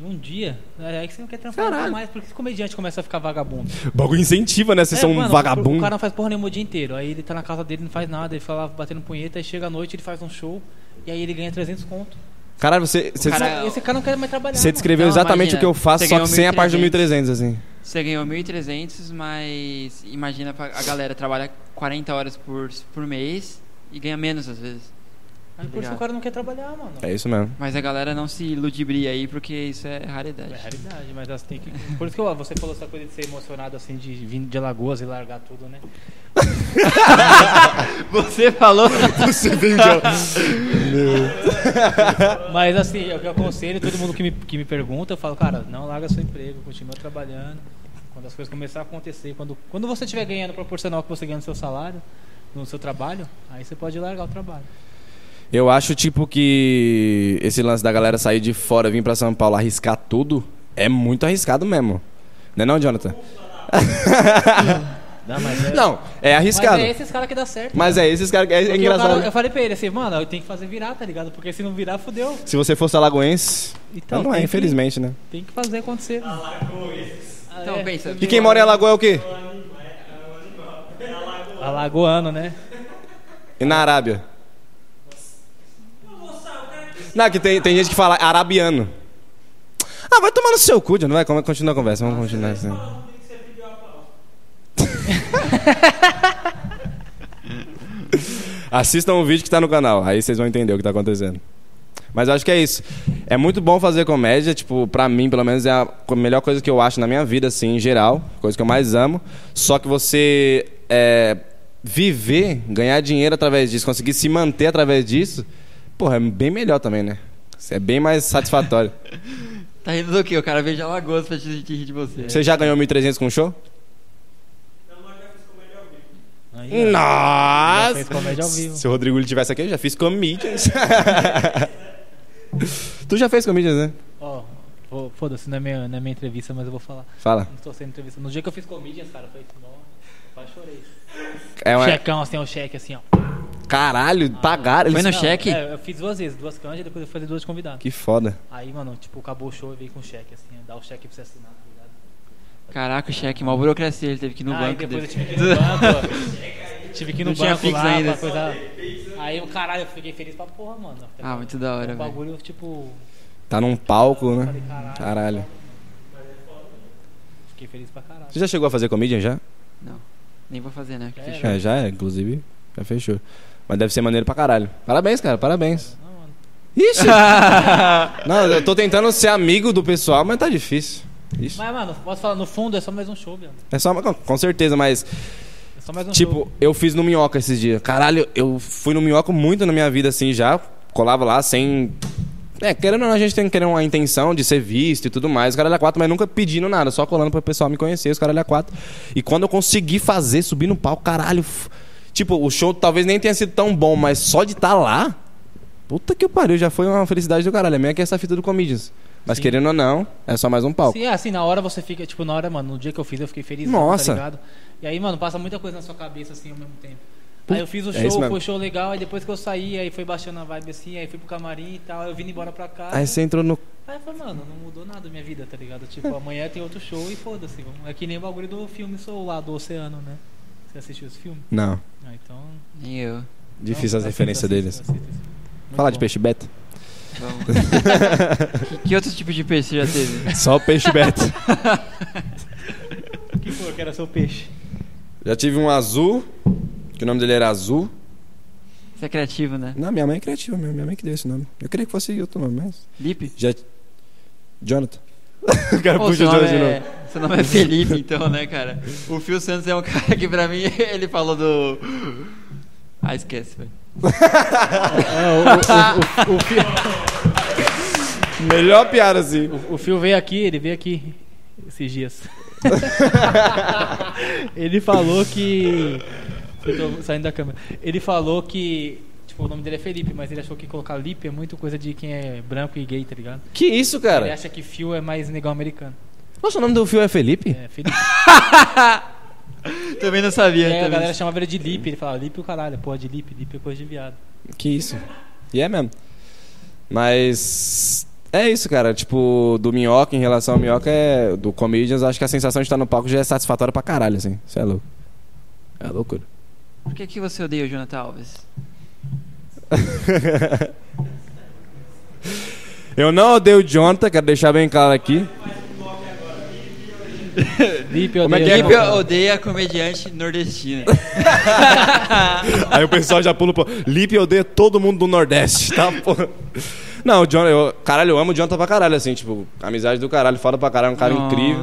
Speaker 3: em um dia, é aí que você não quer trampar
Speaker 1: Caralho.
Speaker 3: nunca mais, porque esse comediante começa a ficar vagabundo.
Speaker 1: O bagulho incentiva, né? Vocês
Speaker 3: É,
Speaker 1: são um
Speaker 3: mano, O
Speaker 1: vagabundo.
Speaker 3: cara não faz porra nenhuma o dia inteiro. Aí ele tá na casa dele, não faz nada, ele fica lá batendo punheta, aí chega à noite, ele faz um show, e aí ele ganha 300 conto.
Speaker 1: Caralho, você. você-
Speaker 2: cara-
Speaker 3: Cara, esse cara não quer mais trabalhar.
Speaker 1: Você
Speaker 3: mano.
Speaker 1: descreveu
Speaker 2: Não,
Speaker 1: exatamente
Speaker 2: imagina,
Speaker 1: o que eu faço,
Speaker 2: você
Speaker 1: só que
Speaker 2: ganhou
Speaker 1: sem a parte do
Speaker 2: 1.300.
Speaker 1: 1300, assim.
Speaker 2: Você ganhou 1.300, mas imagina pra- a galera trabalha 40 horas por, por mês e ganha menos às vezes.
Speaker 3: Aí por isso o cara não quer trabalhar, mano.
Speaker 1: É isso mesmo.
Speaker 2: Mas a galera não se ludibria aí porque isso é raridade.
Speaker 3: É realidade, mas assim, tem que. Por isso que ó, você falou essa coisa de ser emocionado assim, de vir de Alagoas e largar tudo, né?
Speaker 2: Você falou.
Speaker 1: Você vem
Speaker 3: Mas assim, eu que aconselho todo mundo que me, que me pergunta, eu falo, cara, não larga seu emprego, continua trabalhando. Quando as coisas começarem a acontecer, quando, quando você estiver ganhando proporcional ao que você ganha no seu salário, no seu trabalho, aí você pode largar o trabalho.
Speaker 1: Eu acho, tipo, que esse lance da galera sair de fora, vir pra São Paulo, arriscar tudo, é muito arriscado mesmo. Não é não, Jonathan?
Speaker 3: Não, mas é,
Speaker 1: Não, é arriscado.
Speaker 3: esses caras que dá certo.
Speaker 1: Mas é esses caras que é,
Speaker 3: Porque
Speaker 1: é
Speaker 3: o
Speaker 1: engraçado.
Speaker 3: cara- eu falei pra ele assim, mano, eu tenho que fazer virar, tá ligado? Porque se não virar, fudeu.
Speaker 1: Se você fosse alagoense,
Speaker 3: Então,
Speaker 1: não é,
Speaker 3: tem que-
Speaker 1: infelizmente, né?
Speaker 3: Tem que fazer acontecer. Ah,
Speaker 2: Então,
Speaker 3: é.
Speaker 2: pensa.
Speaker 1: E quem mora em Alagoa é o quê?
Speaker 3: Alagoano, né?
Speaker 1: E na Arábia? Não, que tem, tem gente que fala arabiano. Ah, vai tomar no seu cu, não vai? Como é que continua a conversa? Vamos continuar assim. Assistam o vídeo que tá no canal, aí vocês vão entender o que tá acontecendo. Mas eu acho que é isso. É muito bom fazer comédia, tipo, pra mim, pelo menos, é a co- melhor coisa que eu acho na minha vida, assim, em geral, coisa que eu mais amo. Só que você é, viver, ganhar dinheiro através disso, conseguir se manter através disso, porra, é bem melhor também, né? Isso É bem mais satisfatório.
Speaker 2: Tá rindo do quê? O cara veio de Alagoas pra te te rir de você.
Speaker 1: Você já ganhou 1.300 com show?
Speaker 3: Aí, ó, já
Speaker 1: Nossa!
Speaker 3: fez comédia ao vivo.
Speaker 1: Se o Rodrigo ele tivesse aqui, eu já fiz comedians. tu já fez comedians, né?
Speaker 3: Ó, vou- foda-se, não, é minha- não é minha entrevista, mas eu vou falar.
Speaker 1: Fala.
Speaker 3: Não estou sendo entrevista. No dia que eu fiz comédia, cara, foi isso, nossa, quase chorei.
Speaker 1: É uma...
Speaker 3: Checão, assim, é um cheque, assim, ó.
Speaker 1: Caralho, pagaram.
Speaker 2: Foi
Speaker 1: Eles...
Speaker 2: no cheque?
Speaker 3: É, eu fiz duas vezes, duas canja, depois eu fui fazer duas convidadas.
Speaker 1: Que foda.
Speaker 3: Aí, mano, tipo, acabou o show e veio com cheque, assim, ó, dá o cheque pra você assinar, tá ligado?
Speaker 2: Caraca, o cheque, mal burocracia, ele teve que ir no
Speaker 3: aí
Speaker 2: banco.
Speaker 3: Ah, depois eu
Speaker 2: dele.
Speaker 3: tive que ir no banco. tive que ir no
Speaker 2: Não tinha
Speaker 3: banco
Speaker 2: Pix
Speaker 3: lá
Speaker 2: ainda.
Speaker 3: pra coisa. Aí, o caralho, eu fiquei feliz pra porra, mano.
Speaker 2: Ah, muito da hora, velho.
Speaker 3: O É bagulho, tipo,
Speaker 1: Tá num palco, né?
Speaker 3: Falei, caralho.
Speaker 1: Caralho.
Speaker 3: fiquei feliz pra caralho.
Speaker 1: Você já chegou a fazer comedian já?
Speaker 2: Nem vou fazer, né? Porque
Speaker 3: É,
Speaker 2: fechou.
Speaker 1: É, já é, inclusive. Já fechou. Mas deve ser maneiro pra caralho. Parabéns, cara, parabéns.
Speaker 3: Não, mano.
Speaker 1: Ixi! Não, eu tô tentando ser amigo do pessoal, mas tá difícil. Ixi.
Speaker 3: Mas, mano, posso falar, no fundo é só mais um show, velho.
Speaker 1: É só, com- com certeza, mas
Speaker 3: É só mais um show.
Speaker 1: Tipo, eu fiz no Minhoca esses dias. Caralho, eu fui no Minhoca muito na minha vida, assim, já. Colava lá sem... É, querendo ou não, a gente tem que querer uma intenção de ser visto e tudo mais. Os Caralho a quatro, mas nunca pedindo nada. Só colando pro pessoal me conhecer, os Caralho a quatro. E quando eu consegui fazer, subir no palco, caralho... f- Tipo, o show talvez nem tenha sido tão bom, mas só de estar lá... Puta que pariu, já foi uma felicidade do caralho. É meio que essa fita do Comedians. Mas
Speaker 3: Sim.
Speaker 1: querendo ou não, é só mais um palco.
Speaker 3: Sim, é assim, na hora você fica, tipo, na hora, mano, no dia que eu fiz, eu fiquei feliz,
Speaker 1: Nossa.
Speaker 3: tá ligado? E aí, mano, passa muita coisa na sua cabeça, assim, ao mesmo tempo.
Speaker 1: Pô,
Speaker 3: aí eu fiz o
Speaker 1: é isso
Speaker 3: show,
Speaker 1: mesmo.
Speaker 3: foi um show legal, aí depois que eu saí, aí foi baixando a vibe assim, aí fui pro camarim e tal, aí eu vim embora pra cá.
Speaker 1: Aí você entrou no...
Speaker 3: Aí eu falei, mano, não mudou nada a minha vida, tá ligado? Tipo, amanhã tem outro show e foda-se. vamos- É que nem o bagulho do filme Sou lá, do Oceano, né? Você assistiu esse filme?
Speaker 1: Não,
Speaker 3: Ah, então.
Speaker 2: Nem eu.
Speaker 1: difícil as
Speaker 3: não, é assisto,
Speaker 1: referências
Speaker 3: assisto,
Speaker 1: deles.
Speaker 3: assisto, assisto. Muito
Speaker 1: Falar de
Speaker 3: bom.
Speaker 1: peixe beta.
Speaker 2: Vamos. que, que outro tipo de peixe você já teve?
Speaker 1: Só o peixe beta.
Speaker 3: O que foi? Eu quero ser o peixe.
Speaker 1: Já tive um azul, que o nome dele era Azul.
Speaker 2: Você é criativo, né?
Speaker 1: Não, minha mãe é criativa, minha minha mãe que deu esse nome. Eu queria que fosse outro nome, mas.
Speaker 2: Lipe?
Speaker 1: Já. Jonathan. o cara
Speaker 2: Pô,
Speaker 1: puxa
Speaker 2: seu,
Speaker 1: o
Speaker 2: nome
Speaker 1: Jonathan de novo.
Speaker 2: é, seu nome é Felipe, então, né, cara? O Phil Santos é um cara que, pra mim, ele falou do. Ah, esquece, velho.
Speaker 1: Ah,
Speaker 3: É, o, o- o- o Phil-
Speaker 1: Melhor piada, assim.
Speaker 3: O Phil veio aqui, ele veio aqui esses dias. ele falou que. Eu tô saindo da câmera. Ele falou que. Tipo, o nome dele é Felipe, mas ele achou que colocar Lipe é muito coisa de quem é branco e gay, tá ligado?
Speaker 1: Que isso,
Speaker 3: Ele
Speaker 1: cara?
Speaker 3: acha que Phil é mais negão americano.
Speaker 1: Nossa, o nome do fio é Felipe?
Speaker 3: É, Felipe.
Speaker 2: Também não
Speaker 3: E
Speaker 2: sabia.
Speaker 3: aí a
Speaker 2: também.
Speaker 3: galera chamava ele de Lipe, ele falava Lipe o caralho, porra de Lipe, Lipe é coisa de viado.
Speaker 1: Que isso. E é mesmo. Mas. É isso, cara. Tipo, do Minhoca em relação ao Minhoca, é... do Comedians, acho que a sensação de estar no palco já é satisfatória pra caralho, assim. Isso é louco. É loucura.
Speaker 2: Por que, que você odeia o Jonathan Alves?
Speaker 1: Eu não odeio o Jonathan, quero deixar bem claro aqui.
Speaker 3: Lipe, eu
Speaker 1: Como é
Speaker 3: odeio
Speaker 1: que é?
Speaker 2: Felipe
Speaker 3: Lipe,
Speaker 1: Lipe,
Speaker 3: eu-
Speaker 2: odeia comediante nordestino.
Speaker 1: Aí o pessoal já pula, pô. Lipe odeia todo mundo do Nordeste, tá, pô? Não, o Jonathan, eu, caralho, eu amo o Jonathan pra caralho, assim, tipo, amizade do caralho, foda pra caralho, um cara
Speaker 2: Não,
Speaker 1: incrível.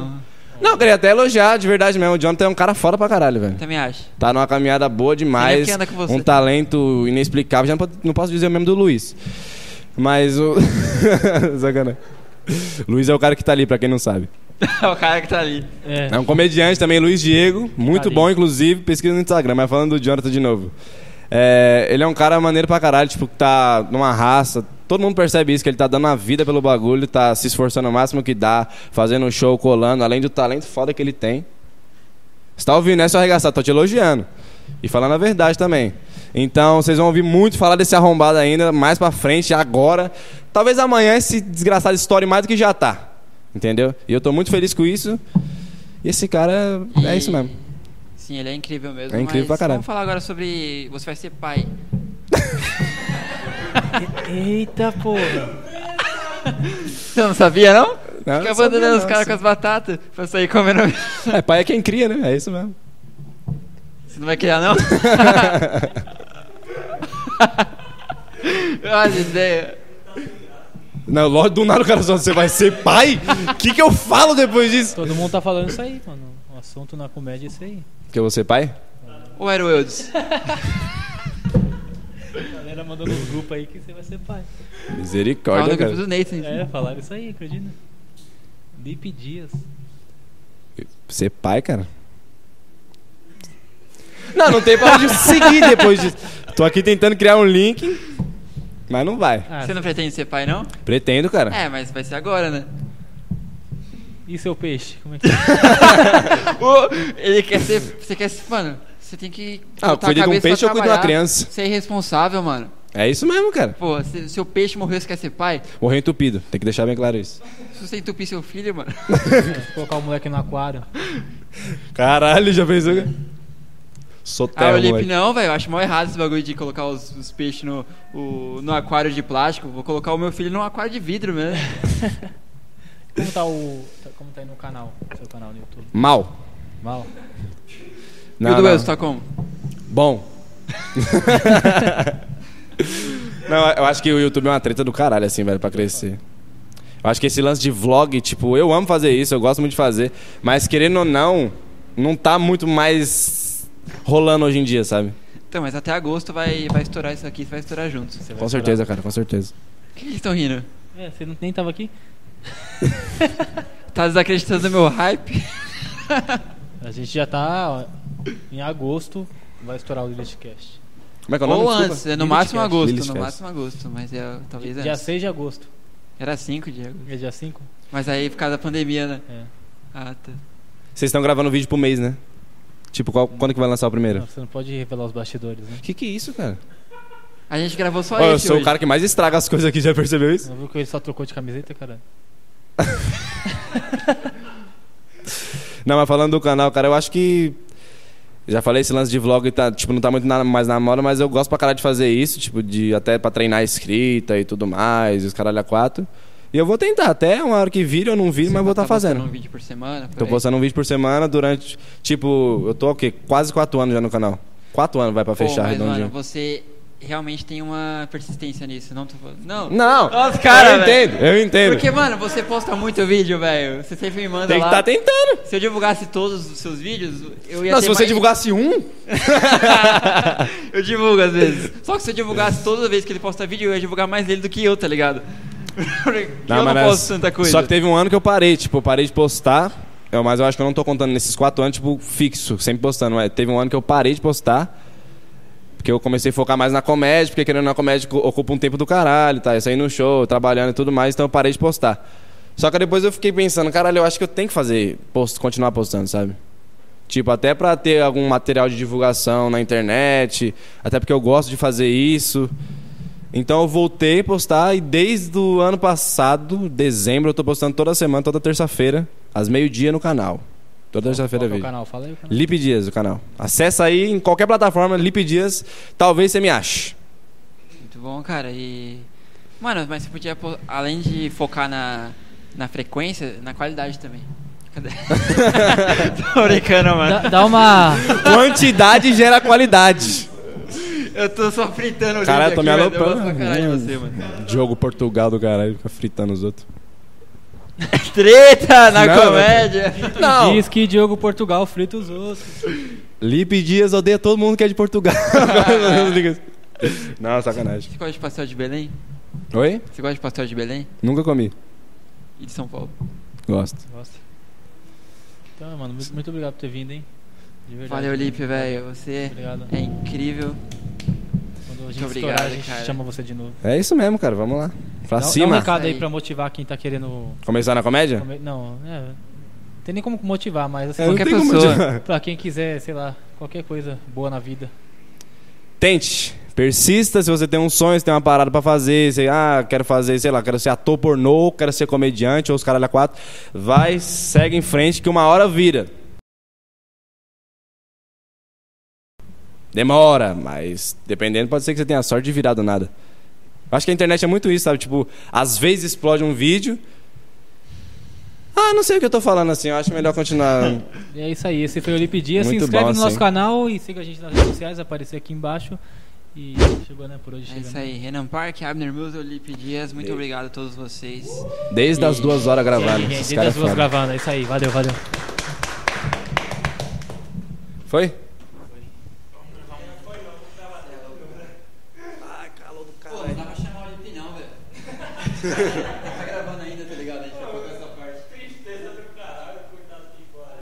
Speaker 1: Não, eu queria até elogiar, de verdade mesmo. O Jonathan é um cara foda pra caralho, velho.
Speaker 2: Também acho.
Speaker 1: Tá numa caminhada boa
Speaker 2: Ele é
Speaker 1: demais.
Speaker 2: que anda com você.
Speaker 1: Um talento inexplicável. Já não, po- não posso dizer o mesmo do Luiz. Mas o. Sacanagem. Luiz é o cara que tá ali, pra quem não sabe.
Speaker 2: É o cara que tá ali.
Speaker 3: É.
Speaker 1: É um comediante também, Luiz Diego. Muito
Speaker 3: ali.
Speaker 1: bom, inclusive. Pesquisa no Instagram. Mas falando do Jonathan de novo. É, ele é um cara maneiro pra caralho, tipo, que tá numa raça. Todo mundo percebe isso, que ele tá dando a vida pelo bagulho, tá se esforçando o máximo que dá, fazendo um show, colando, além do talento foda que ele tem. Você tá ouvindo, né, seu arregaçado? Tô te elogiando. E falando a verdade também. Então, vocês vão ouvir muito falar desse arrombado ainda, mais pra frente, agora. Talvez amanhã esse desgraçado estoure mais do que já tá. Entendeu? E eu tô muito feliz com isso. E esse cara é
Speaker 2: E-
Speaker 1: isso mesmo.
Speaker 2: Sim, ele é incrível mesmo.
Speaker 1: É incrível pra
Speaker 2: mas
Speaker 1: caralho.
Speaker 2: Vamos falar agora sobre. Você vai ser pai.
Speaker 3: Eita porra!
Speaker 2: Você não sabia, não?
Speaker 1: Não,
Speaker 2: Fica
Speaker 1: não sabia
Speaker 2: abandonando
Speaker 1: não,
Speaker 2: os caras
Speaker 1: sim.
Speaker 2: com as batatas pra sair comendo.
Speaker 1: É, pai é quem cria, né? É isso mesmo.
Speaker 2: Você não vai criar, não? Olha a ideia.
Speaker 1: Não, lógico, do nada o cara só, você vai ser pai? O que, que eu falo depois disso?
Speaker 3: Todo mundo tá falando isso aí, mano. O assunto na comédia é isso aí.
Speaker 1: Que eu vou ser pai?
Speaker 2: Ou era o Eudes?
Speaker 3: A galera mandou no grupo aí que você vai ser pai.
Speaker 2: Fala
Speaker 1: Misericórdia,
Speaker 2: no grupo
Speaker 1: cara.
Speaker 2: do Nathan.
Speaker 3: É, falaram isso aí, acredita? Lipe Dias.
Speaker 1: Ser pai, cara? Não, não tem pra onde seguir depois disso. Tô aqui tentando criar um link, mas não vai.
Speaker 3: Ah,
Speaker 2: Você não pretende ser pai, não?
Speaker 1: Pretendo, cara.
Speaker 2: É, mas vai ser agora, né?
Speaker 3: E seu peixe? Como é que
Speaker 2: Ô, ele quer ser. Você quer ser. Mano, você tem que.
Speaker 1: Ah,
Speaker 2: botar a
Speaker 1: cuida de um
Speaker 2: cabeça pra
Speaker 1: peixe ou cuida de uma
Speaker 2: trabalhar.
Speaker 1: criança?
Speaker 2: Você é irresponsável, mano.
Speaker 1: É isso mesmo, cara.
Speaker 2: Pô, se seu peixe morreu, você quer ser pai?
Speaker 1: Morreu entupido, tem que deixar bem claro isso.
Speaker 2: Se você entupir seu filho, mano.
Speaker 3: é? Colocar o moleque no aquário.
Speaker 1: Caralho, já pensou? cara? Sou
Speaker 2: Ah, o
Speaker 1: terra,
Speaker 2: Lipe
Speaker 1: É, moleque.
Speaker 2: não, velho. Eu acho mal errado esse bagulho de colocar os, os peixes no, o- no aquário de plástico. Vou colocar o meu filho num aquário de vidro mesmo.
Speaker 3: Como tá o. tá- como tá aí no canal? Seu canal no YouTube?
Speaker 1: Mal.
Speaker 3: Mal.
Speaker 2: e o do Wilson tá como?
Speaker 1: Bom. não, eu acho que o YouTube é uma treta do caralho, assim, velho, pra crescer. Eu acho que esse lance de vlog, tipo, eu amo fazer isso, eu gosto muito de fazer, mas querendo ou não, não tá muito mais rolando hoje em dia, sabe?
Speaker 2: Então, mas até agosto vai, vai estourar isso aqui, vai estourar junto. Por
Speaker 1: Com certeza, cara, com certeza.
Speaker 2: que eles estão rindo?
Speaker 3: É, você não, nem tava aqui?
Speaker 2: Tá desacreditando no meu hype?
Speaker 3: A gente já tá. ó, em agosto vai estourar o Delitecast.
Speaker 1: Como é que é o nome?
Speaker 2: Ou
Speaker 1: Desculpa.
Speaker 2: antes, é no
Speaker 3: Lilith
Speaker 2: máximo
Speaker 3: Cast,
Speaker 2: agosto,
Speaker 1: Lilith
Speaker 2: no
Speaker 1: Cast.
Speaker 2: máximo agosto, mas é talvez
Speaker 3: Dia
Speaker 2: antes.
Speaker 3: 6 de agosto.
Speaker 2: Era 5 de agosto.
Speaker 3: É dia 5?
Speaker 2: Mas aí por causa da pandemia, né?
Speaker 3: É.
Speaker 2: Ah, tá.
Speaker 1: Vocês estão gravando vídeo pro mês, né? Tipo, qual- quando que vai lançar o
Speaker 3: Não,
Speaker 1: primeiro?
Speaker 3: você não pode revelar os bastidores, né?
Speaker 1: Que que é isso, cara?
Speaker 2: A gente gravou só
Speaker 1: Ó, eu
Speaker 2: esse
Speaker 1: sou
Speaker 2: hoje.
Speaker 1: o cara que mais estraga as coisas aqui, já percebeu isso?
Speaker 3: Não viu que ele só trocou de camiseta, cara?
Speaker 1: Não, mas falando do canal, cara, eu acho que. Já falei esse lance de vlog, tá, tipo, não tá muito na- mais na moda, mas eu gosto pra caralho de fazer isso, tipo, de até pra treinar a escrita e tudo mais, e os caralho a quatro. E eu vou tentar, até uma hora que vira ou não vira,
Speaker 2: Você
Speaker 1: mas vou estar
Speaker 2: tá
Speaker 1: tá fazendo.
Speaker 2: postando um vídeo por semana. por
Speaker 1: Tô
Speaker 2: aí.
Speaker 1: postando um vídeo por semana durante, tipo, eu tô o quê? Quase quatro anos já no canal. Quatro anos vai pra
Speaker 2: Pô,
Speaker 1: fechar
Speaker 2: mas,
Speaker 1: redondinho.
Speaker 2: mano, você realmente tem uma persistência nisso. Não tô falando. Não.
Speaker 1: Não,
Speaker 2: Nossa, cara,
Speaker 1: eu
Speaker 2: velho.
Speaker 1: entendo, eu entendo.
Speaker 2: Porque, mano, você posta muito vídeo, velho. Você sempre me manda
Speaker 1: Tem que
Speaker 2: lá.
Speaker 1: estar tentando.
Speaker 2: Se eu divulgasse todos os seus vídeos, eu ia
Speaker 1: Não,
Speaker 2: ter
Speaker 1: se você
Speaker 2: mais-
Speaker 1: divulgasse um,
Speaker 2: eu divulgo às vezes. Só que se eu divulgasse toda vez que ele posta vídeo, eu ia divulgar mais dele do que eu, tá ligado? Porque eu não
Speaker 1: mas é
Speaker 2: posto tanta coisa.
Speaker 1: Só que teve um ano que eu parei, tipo, eu parei de postar. eu- mas eu acho que eu não tô contando nesses quatro anos, tipo, fixo, sempre postando. Mas teve um ano que eu parei de postar. Porque eu comecei a focar mais na comédia, porque querendo ou não, a comédia co- ocupa um tempo do caralho, tá? Eu saí no show, trabalhando e tudo mais, então eu parei de postar. Só que depois eu fiquei pensando, caralho, eu acho que eu tenho que fazer, post, continuar postando, sabe? Tipo, até pra ter algum material de divulgação na internet, até porque eu gosto de fazer isso. Então eu voltei a postar e desde o ano passado, dezembro, eu tô postando toda semana, toda terça-feira, às meio-dia no canal. Toda terça-feira
Speaker 3: Qual que é o
Speaker 1: vídeo.
Speaker 3: canal? Fala aí o canal.
Speaker 1: Lipe Dias, o canal. Acessa aí em qualquer plataforma, Lipe Dias, talvez você me ache.
Speaker 2: Muito bom, cara. E. Mano, mas você podia, pô, além de focar na, na frequência, na qualidade também. Cadê? Tô
Speaker 1: né,
Speaker 2: brincando, mano.
Speaker 3: Dá, dá uma.
Speaker 1: Quantidade gera qualidade.
Speaker 2: Eu tô só fritando o
Speaker 1: Cara,
Speaker 2: vídeo
Speaker 1: tô me
Speaker 2: aqui, velho.
Speaker 1: alopando.
Speaker 2: Eu gosto pra caralho de você, mano.
Speaker 1: Diogo Portugal do caralho, fica fritando os outros.
Speaker 2: Treta na
Speaker 1: Não,
Speaker 2: comédia.
Speaker 1: Não.
Speaker 3: Diz que Diogo Portugal frita os ossos.
Speaker 1: Lipe Dias odeia todo mundo que é de Portugal. Não, sacanagem.
Speaker 2: Você gosta de pastel de Belém?
Speaker 1: Oi?
Speaker 2: Você gosta de pastel de Belém?
Speaker 1: Nunca comi.
Speaker 2: E de São Paulo?
Speaker 1: Gosto.
Speaker 3: Gosta. Então, mano, muito, muito obrigado por ter vindo, hein? De verdade.
Speaker 2: Valeu, Lipe, velho. Você
Speaker 3: Obrigado.
Speaker 2: é incrível.
Speaker 3: Quando a gente
Speaker 2: Muito
Speaker 3: estourar,
Speaker 2: obrigado,
Speaker 3: a gente
Speaker 2: cara.
Speaker 3: chama você de novo.
Speaker 1: É isso mesmo, cara. Vamos lá. Pra
Speaker 3: Dá- dá, um
Speaker 1: cima.
Speaker 3: recado aí
Speaker 2: Aí.
Speaker 3: pra motivar quem tá querendo.
Speaker 1: Começar na comédia?
Speaker 3: come- Não, é. Não tem nem como motivar, mas assim,
Speaker 1: É, não
Speaker 2: Qualquer
Speaker 1: tem como
Speaker 2: pessoa.
Speaker 1: motivar.
Speaker 3: pra quem quiser, sei lá, qualquer coisa boa na vida.
Speaker 1: Tente. Persista se você tem um sonho, se tem uma parada pra fazer, sei ah, quero fazer, sei lá, quero ser ator pornô, quero ser comediante ou os caralho a quatro. Vai, segue em frente que uma hora vira. Demora, mas dependendo, pode ser que você tenha sorte de virar do nada. Eu Acho que a internet é muito isso, sabe? Tipo, às vezes explode um vídeo. Ah, não sei o que eu tô falando assim, eu acho melhor continuar.
Speaker 3: E é isso aí, esse foi o Lipe Dias. Se
Speaker 1: Muito
Speaker 3: inscreve
Speaker 1: bom,
Speaker 3: no nosso
Speaker 1: sim.
Speaker 3: canal e siga a gente nas redes sociais, aparecer aqui embaixo. E chegou, né? Por hoje
Speaker 2: É
Speaker 3: chegou.
Speaker 2: isso aí. Renan Park, Abner Musil, Lipe Dias. Muito obrigado a todos vocês.
Speaker 1: Desde as duas horas gravando.
Speaker 3: Desde
Speaker 1: Tá, esses caras
Speaker 3: desde as duas
Speaker 1: foda.
Speaker 3: gravando, é isso aí, valeu, valeu.
Speaker 1: Foi?
Speaker 2: Pô, não dá pra chamar o Lipe não, velho. tá